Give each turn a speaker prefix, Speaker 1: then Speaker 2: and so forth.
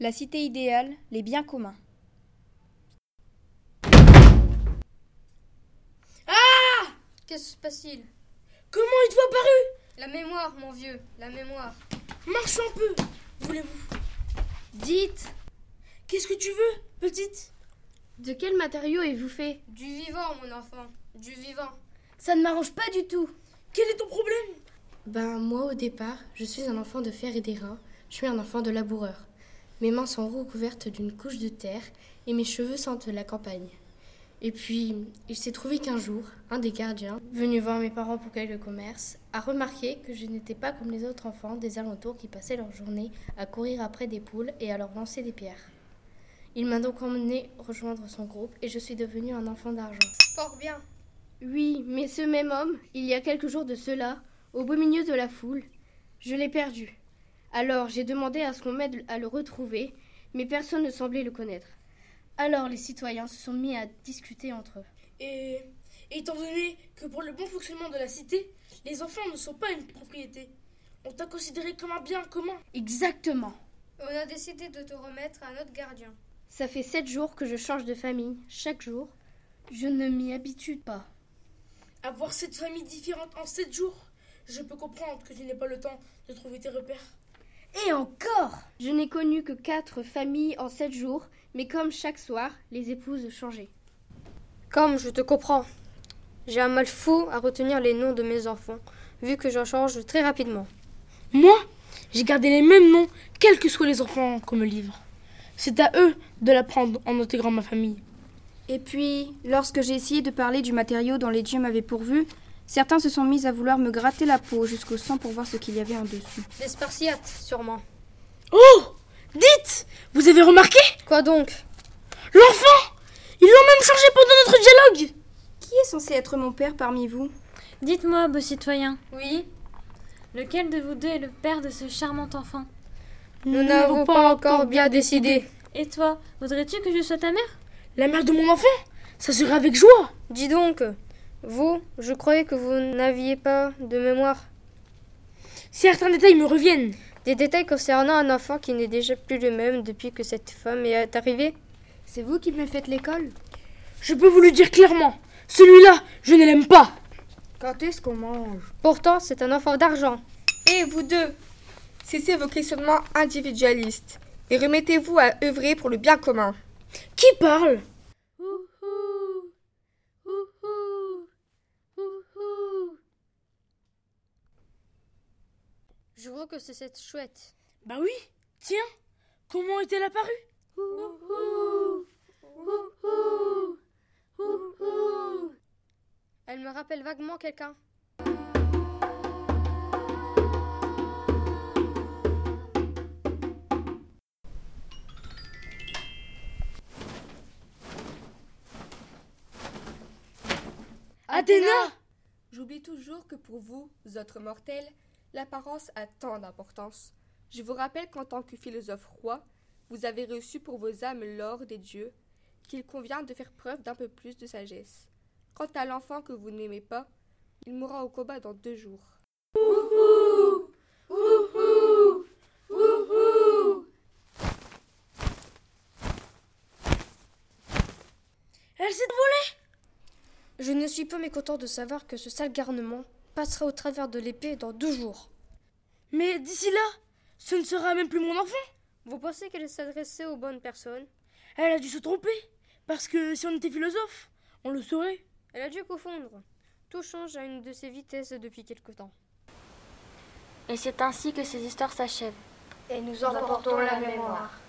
Speaker 1: La cité idéale, les biens communs.
Speaker 2: Ah Qu'est-ce qui se passe-t-il
Speaker 3: Comment il vous apparu
Speaker 2: La mémoire, mon vieux, la mémoire.
Speaker 3: Marche un peu Voulez-vous
Speaker 4: Dites,
Speaker 3: Qu'est-ce que tu veux, petite
Speaker 4: de quel matériau êtes-vous fait
Speaker 2: Du vivant, mon enfant, du vivant.
Speaker 4: Ça ne m'arrange pas du tout.
Speaker 3: Quel est ton problème
Speaker 4: Ben, moi au départ, je suis un enfant de fer et d'airain, je suis un enfant de laboureur. Mes mains sont recouvertes d'une couche de terre et mes cheveux sentent la campagne. Et puis, il s'est trouvé qu'un jour, un des gardiens, venu voir mes parents pour quelque commerce, a remarqué que je n'étais pas comme les autres enfants des alentours qui passaient leur journée à courir après des poules et à leur lancer des pierres. Il m'a donc emmené rejoindre son groupe et je suis devenu un enfant d'argent.
Speaker 2: Fort bien.
Speaker 4: Oui, mais ce même homme, il y a quelques jours de cela, au beau milieu de la foule, je l'ai perdu. Alors j'ai demandé à ce qu'on m'aide à le retrouver, mais personne ne semblait le connaître. Alors les citoyens se sont mis à discuter entre eux.
Speaker 3: Et étant donné que pour le bon fonctionnement de la cité, les enfants ne sont pas une propriété, on t'a considéré comme un bien commun.
Speaker 4: Exactement.
Speaker 2: On a décidé de te remettre à notre gardien.
Speaker 4: Ça fait sept jours que je change de famille, chaque jour. Je ne m'y habitue pas.
Speaker 3: Avoir cette famille différente en sept jours, je peux comprendre que tu n'aies pas le temps de trouver tes repères.
Speaker 4: Et encore Je n'ai connu que quatre familles en sept jours, mais comme chaque soir, les épouses changeaient.
Speaker 2: Comme je te comprends, j'ai un mal fou à retenir les noms de mes enfants, vu que j'en change très rapidement.
Speaker 3: Moi, j'ai gardé les mêmes noms, quels que soient les enfants qu'on me livre. C'est à eux de l'apprendre en intégrant ma famille.
Speaker 5: Et puis, lorsque j'ai essayé de parler du matériau dont les dieux m'avaient pourvu, certains se sont mis à vouloir me gratter la peau jusqu'au sang pour voir ce qu'il y avait en dessous.
Speaker 2: Les Spartiates, sûrement.
Speaker 3: Oh Dites Vous avez remarqué
Speaker 2: Quoi donc
Speaker 3: L'enfant Ils l'ont même changé pendant notre dialogue
Speaker 5: Qui est censé être mon père parmi vous
Speaker 6: Dites-moi, beau citoyen,
Speaker 2: Oui,
Speaker 6: lequel de vous deux est le père de ce charmant enfant
Speaker 2: nous n'avons pas encore bien décidé.
Speaker 6: Et toi, voudrais-tu que je sois ta mère
Speaker 3: La mère de mon enfant Ça serait avec joie
Speaker 2: Dis donc, vous, je croyais que vous n'aviez pas de mémoire.
Speaker 3: Certains détails me reviennent.
Speaker 2: Des détails concernant un enfant qui n'est déjà plus le même depuis que cette femme est arrivée.
Speaker 5: C'est vous qui me faites l'école
Speaker 3: Je peux vous le dire clairement. Celui-là, je ne l'aime pas.
Speaker 5: Quand est-ce qu'on mange
Speaker 2: Pourtant, c'est un enfant d'argent.
Speaker 7: Et vous deux, cessez vos questionnements individualistes et remettez-vous à œuvrer pour le bien commun.
Speaker 3: Qui parle
Speaker 6: Ouhou Ouhou Ouhou
Speaker 2: Je vois que c'est cette chouette.
Speaker 3: Bah oui. Tiens, comment est-elle apparue
Speaker 6: Ouhou Ouhou Ouhou
Speaker 2: Elle me rappelle vaguement quelqu'un.
Speaker 3: Athéna
Speaker 7: J'oublie toujours que pour vous, autres mortels, l'apparence a tant d'importance. Je vous rappelle qu'en tant que philosophe roi, vous avez reçu pour vos âmes l'or des dieux, qu'il convient de faire preuve d'un peu plus de sagesse. Quant à l'enfant que vous n'aimez pas, il mourra au combat dans deux jours.
Speaker 3: Elle s'est
Speaker 2: Je ne suis pas mécontent de savoir que ce sale garnement passera au travers de l'épée dans deux jours.
Speaker 3: Mais d'ici là, ce ne sera même plus mon enfant.
Speaker 2: Vous pensez qu'elle s'adressait aux bonnes personnes
Speaker 3: Elle a dû se tromper. Parce que si on était philosophe, on le saurait.
Speaker 2: Elle a dû confondre. Tout change à une de ses vitesses depuis quelque temps.
Speaker 6: Et c'est ainsi que ces histoires s'achèvent.
Speaker 2: Et nous en portons la mémoire.